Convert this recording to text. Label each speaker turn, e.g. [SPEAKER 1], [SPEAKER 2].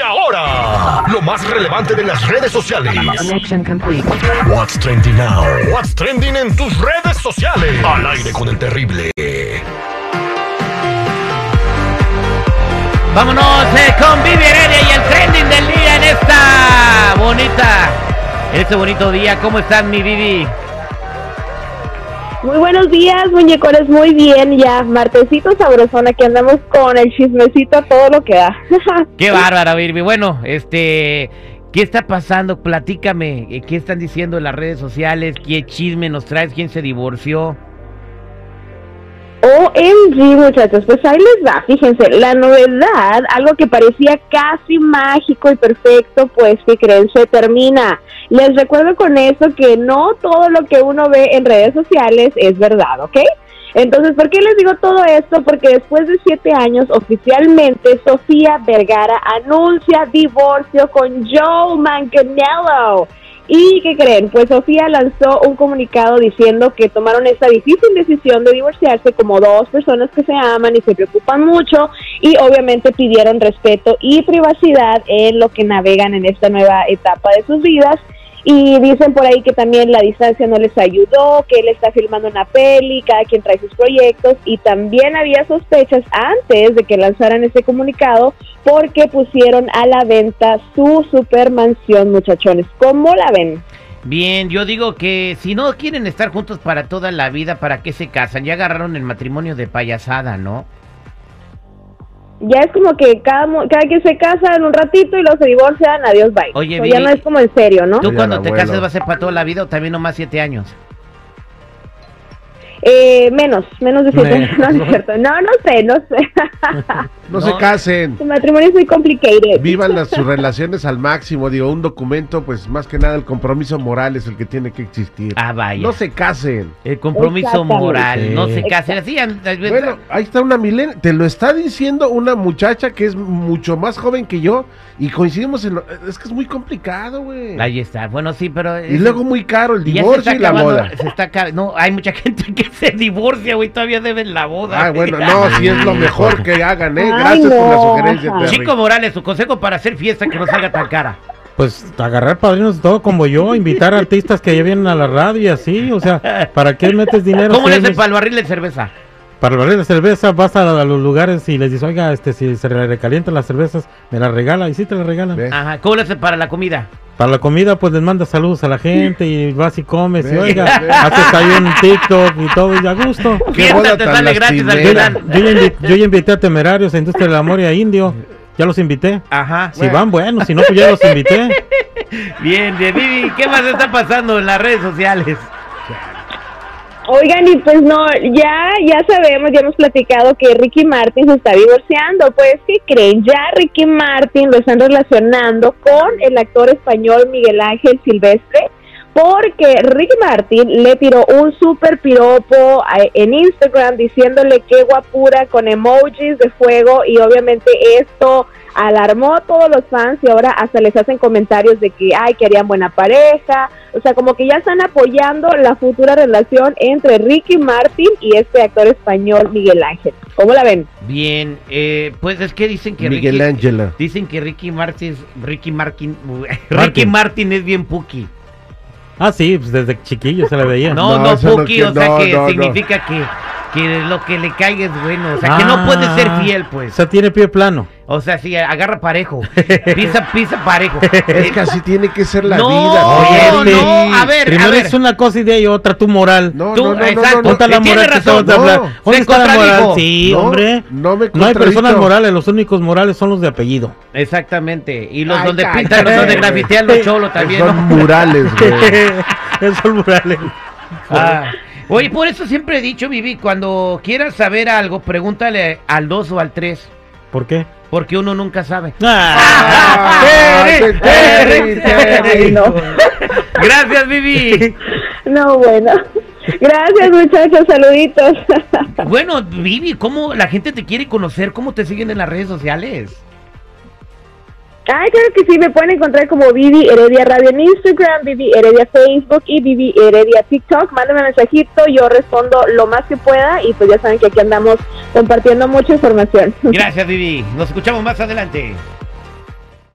[SPEAKER 1] ahora. Lo más relevante de las redes sociales.
[SPEAKER 2] Connection complete.
[SPEAKER 1] What's trending now? What's trending en tus redes sociales? Al aire con el terrible.
[SPEAKER 3] Vámonos eh, con Vivi Heredia y el trending del día en esta bonita, en este bonito día. ¿Cómo están, mi Vivi?
[SPEAKER 4] Muy buenos días, muñecones, muy bien ya. Martesito sabrosón, aquí andamos con el chismecito a todo lo que da.
[SPEAKER 3] Qué bárbara, Vivi. Bueno, este, ¿qué está pasando? Platícame, eh, ¿qué están diciendo en las redes sociales? ¿Qué chisme nos traes? ¿Quién se divorció?
[SPEAKER 4] OMG, muchachos, pues ahí les va, fíjense, la novedad, algo que parecía casi mágico y perfecto, pues que creen se termina. Les recuerdo con eso que no todo lo que uno ve en redes sociales es verdad, ¿ok? Entonces, ¿por qué les digo todo esto? Porque después de siete años, oficialmente, Sofía Vergara anuncia divorcio con Joe Manganiello. ¿Y qué creen? Pues Sofía lanzó un comunicado diciendo que tomaron esta difícil decisión de divorciarse como dos personas que se aman y se preocupan mucho y obviamente pidieron respeto y privacidad en lo que navegan en esta nueva etapa de sus vidas. Y dicen por ahí que también la distancia no les ayudó, que él está filmando una peli, cada quien trae sus proyectos y también había sospechas antes de que lanzaran ese comunicado porque pusieron a la venta su supermansión, muchachones. ¿Cómo la ven?
[SPEAKER 3] Bien, yo digo que si no quieren estar juntos para toda la vida, ¿para qué se casan? Ya agarraron el matrimonio de payasada, ¿no?
[SPEAKER 4] Ya es como que cada, mo- cada quien se casa en un ratito y luego se divorcian, adiós, bye.
[SPEAKER 3] Oye,
[SPEAKER 4] O ya
[SPEAKER 3] Vivi,
[SPEAKER 4] no es como en serio, ¿no?
[SPEAKER 3] ¿Tú
[SPEAKER 5] Oye,
[SPEAKER 3] cuando
[SPEAKER 5] al
[SPEAKER 3] te
[SPEAKER 5] abuelo.
[SPEAKER 3] cases va a ser para toda la vida o también nomás siete años?
[SPEAKER 4] Eh, menos, menos de siete.
[SPEAKER 5] Menos.
[SPEAKER 4] No, no es cierto. No, no sé, no sé.
[SPEAKER 5] No,
[SPEAKER 3] No.
[SPEAKER 5] se casen.
[SPEAKER 4] Su matrimonio es muy complicado.
[SPEAKER 5] Vivan las, sus relaciones al máximo. Digo, un documento, pues más que nada el compromiso moral es el que tiene que existir.
[SPEAKER 3] Ah, vaya.
[SPEAKER 5] No se casen.
[SPEAKER 3] El compromiso
[SPEAKER 4] Exactamente.
[SPEAKER 3] moral, no se
[SPEAKER 4] Exacto.
[SPEAKER 3] casen. Así, an-
[SPEAKER 5] Bueno, ahí está una milena. Te lo está diciendo una muchacha que es mucho más joven que yo y coincidimos en lo... Es que es muy complicado, güey.
[SPEAKER 3] ahí está. Bueno, sí, pero...
[SPEAKER 5] Y luego muy caro el
[SPEAKER 3] Y ya
[SPEAKER 5] divorcio y la
[SPEAKER 3] acabando-
[SPEAKER 5] moda.
[SPEAKER 3] se está acab- No, hay mucha gente que se divorcia, güey, todavía deben la boda.
[SPEAKER 5] Ah, bueno, no, si es lo mejor que hagan, ¿eh?
[SPEAKER 4] Ay,
[SPEAKER 5] Gracias por la
[SPEAKER 4] no.
[SPEAKER 5] sugerencia, Terry.
[SPEAKER 3] Chico Morales, su consejo para hacer fiesta que no salga tan cara.
[SPEAKER 6] Pues agarrar padrinos de todo como yo, invitar artistas que ya vienen a la radio y así, o sea, ¿para qué metes dinero?
[SPEAKER 3] ¿Cómo
[SPEAKER 6] si
[SPEAKER 3] le
[SPEAKER 6] hay
[SPEAKER 3] hacen
[SPEAKER 6] mis-
[SPEAKER 3] para el barril de cerveza?
[SPEAKER 6] para el barril de cerveza vas a, a los lugares y les dices, oiga, este, si se le recalientan las cervezas, me las regala y sí te las regalan.
[SPEAKER 5] ¿Ves?
[SPEAKER 3] Ajá, ¿cómo le hacen para la comida?
[SPEAKER 6] Para la comida, pues les mandas saludos a la gente y vas y comes y
[SPEAKER 5] Ve,
[SPEAKER 6] oiga,
[SPEAKER 5] ve.
[SPEAKER 6] haces ahí un TikTok y todo y a gusto.
[SPEAKER 5] Qué
[SPEAKER 3] Fiesta
[SPEAKER 5] boda
[SPEAKER 3] te
[SPEAKER 5] tan
[SPEAKER 3] sale gratis al
[SPEAKER 5] lastimera.
[SPEAKER 3] final.
[SPEAKER 6] Yo ya, invi- yo ya invité a Temerarios, a Industria del Amor y a Indio, ya los invité.
[SPEAKER 3] Ajá.
[SPEAKER 6] Si van, bueno, si no, pues ya los invité.
[SPEAKER 3] Bien, bien, Vivi, ¿qué más está pasando en las redes sociales?
[SPEAKER 4] Oigan, y pues no, ya, ya sabemos, ya hemos platicado que Ricky Martin se está divorciando. Pues, ¿qué creen? Ya Ricky Martin lo están relacionando con el actor español Miguel Ángel Silvestre, porque Ricky Martin le tiró un super piropo a- en Instagram diciéndole que guapura con emojis de fuego y obviamente esto alarmó a todos los fans y ahora hasta les hacen comentarios de que, ay, que harían buena pareja. O sea, como que ya están apoyando la futura relación entre Ricky Martin y este actor español Miguel Ángel. ¿Cómo la ven?
[SPEAKER 3] Bien, eh, pues es que dicen que
[SPEAKER 5] Miguel
[SPEAKER 3] Ricky,
[SPEAKER 5] Ángela.
[SPEAKER 3] dicen que Ricky Martin, Ricky Martin, Ricky
[SPEAKER 6] Martin.
[SPEAKER 3] Martin es bien puki.
[SPEAKER 6] Ah, sí, pues desde chiquillo se le veía.
[SPEAKER 3] No,
[SPEAKER 5] No,
[SPEAKER 3] no,
[SPEAKER 5] eso no
[SPEAKER 3] Puki,
[SPEAKER 5] que-
[SPEAKER 3] o sea
[SPEAKER 5] no,
[SPEAKER 3] que
[SPEAKER 5] no, no.
[SPEAKER 3] significa que, que lo que le caiga es bueno, o sea que no
[SPEAKER 6] Ah,
[SPEAKER 3] puede ser fiel, pues.
[SPEAKER 6] O sea, tiene pie plano.
[SPEAKER 3] O sea, sí, agarra parejo, pisa, pisa parejo.
[SPEAKER 5] Es que así tiene que ser la
[SPEAKER 3] No,
[SPEAKER 5] vida.
[SPEAKER 3] no,
[SPEAKER 5] Terry.
[SPEAKER 3] no, a ver,
[SPEAKER 6] Este, Primero
[SPEAKER 3] a ver.
[SPEAKER 6] es una cosa y de ahí otra, tu moral.
[SPEAKER 5] No,
[SPEAKER 3] Tú,
[SPEAKER 5] no, no, no,
[SPEAKER 3] exacto.
[SPEAKER 5] no, no.
[SPEAKER 6] ¿Dónde está la
[SPEAKER 3] Tiene
[SPEAKER 6] moral que
[SPEAKER 3] razón.
[SPEAKER 6] estamos de hablar?
[SPEAKER 5] No,
[SPEAKER 6] ¿Dónde
[SPEAKER 3] se
[SPEAKER 6] está la
[SPEAKER 3] contradijo.
[SPEAKER 6] moral? Sí,
[SPEAKER 5] No,
[SPEAKER 6] hombre.
[SPEAKER 5] no me
[SPEAKER 6] hay
[SPEAKER 5] contradicto.
[SPEAKER 6] personas morales, los únicos morales son los de apellido.
[SPEAKER 3] Exactamente, y los
[SPEAKER 5] Ay,
[SPEAKER 3] donde
[SPEAKER 5] cállate,
[SPEAKER 3] pintan, los donde
[SPEAKER 5] güey.
[SPEAKER 3] grafitean los cholos también,
[SPEAKER 5] Son
[SPEAKER 3] ¿no?
[SPEAKER 5] murales, güey.
[SPEAKER 6] Ah. Esos son morales.
[SPEAKER 3] Ah, Oye, por eso siempre he dicho, Vivi, cuando quieras saber algo, pregúntale al 2 o al 3,
[SPEAKER 6] ¿Por qué?
[SPEAKER 3] porque uno nunca sabe.
[SPEAKER 6] Ah,
[SPEAKER 5] Terry, Terry,
[SPEAKER 4] Ay,
[SPEAKER 5] Terry.
[SPEAKER 4] no.
[SPEAKER 3] Gracias, Vivi.
[SPEAKER 4] No, bueno. Gracias, muchachos. Saluditos.
[SPEAKER 3] Bueno, Vivi, ¿cómo la gente te quiere conocer? ¿Cómo te siguen en las redes sociales?
[SPEAKER 4] Ay, claro que sí. Me pueden encontrar como Vivi Heredia Radio en Instagram, Vivi Heredia Facebook y Vivi Heredia TikTok. Mándame mensajito. Yo respondo lo más que pueda. Y pues ya saben que aquí andamos compartiendo mucha información.
[SPEAKER 3] Gracias, Vivi. Nos escuchamos más adelante.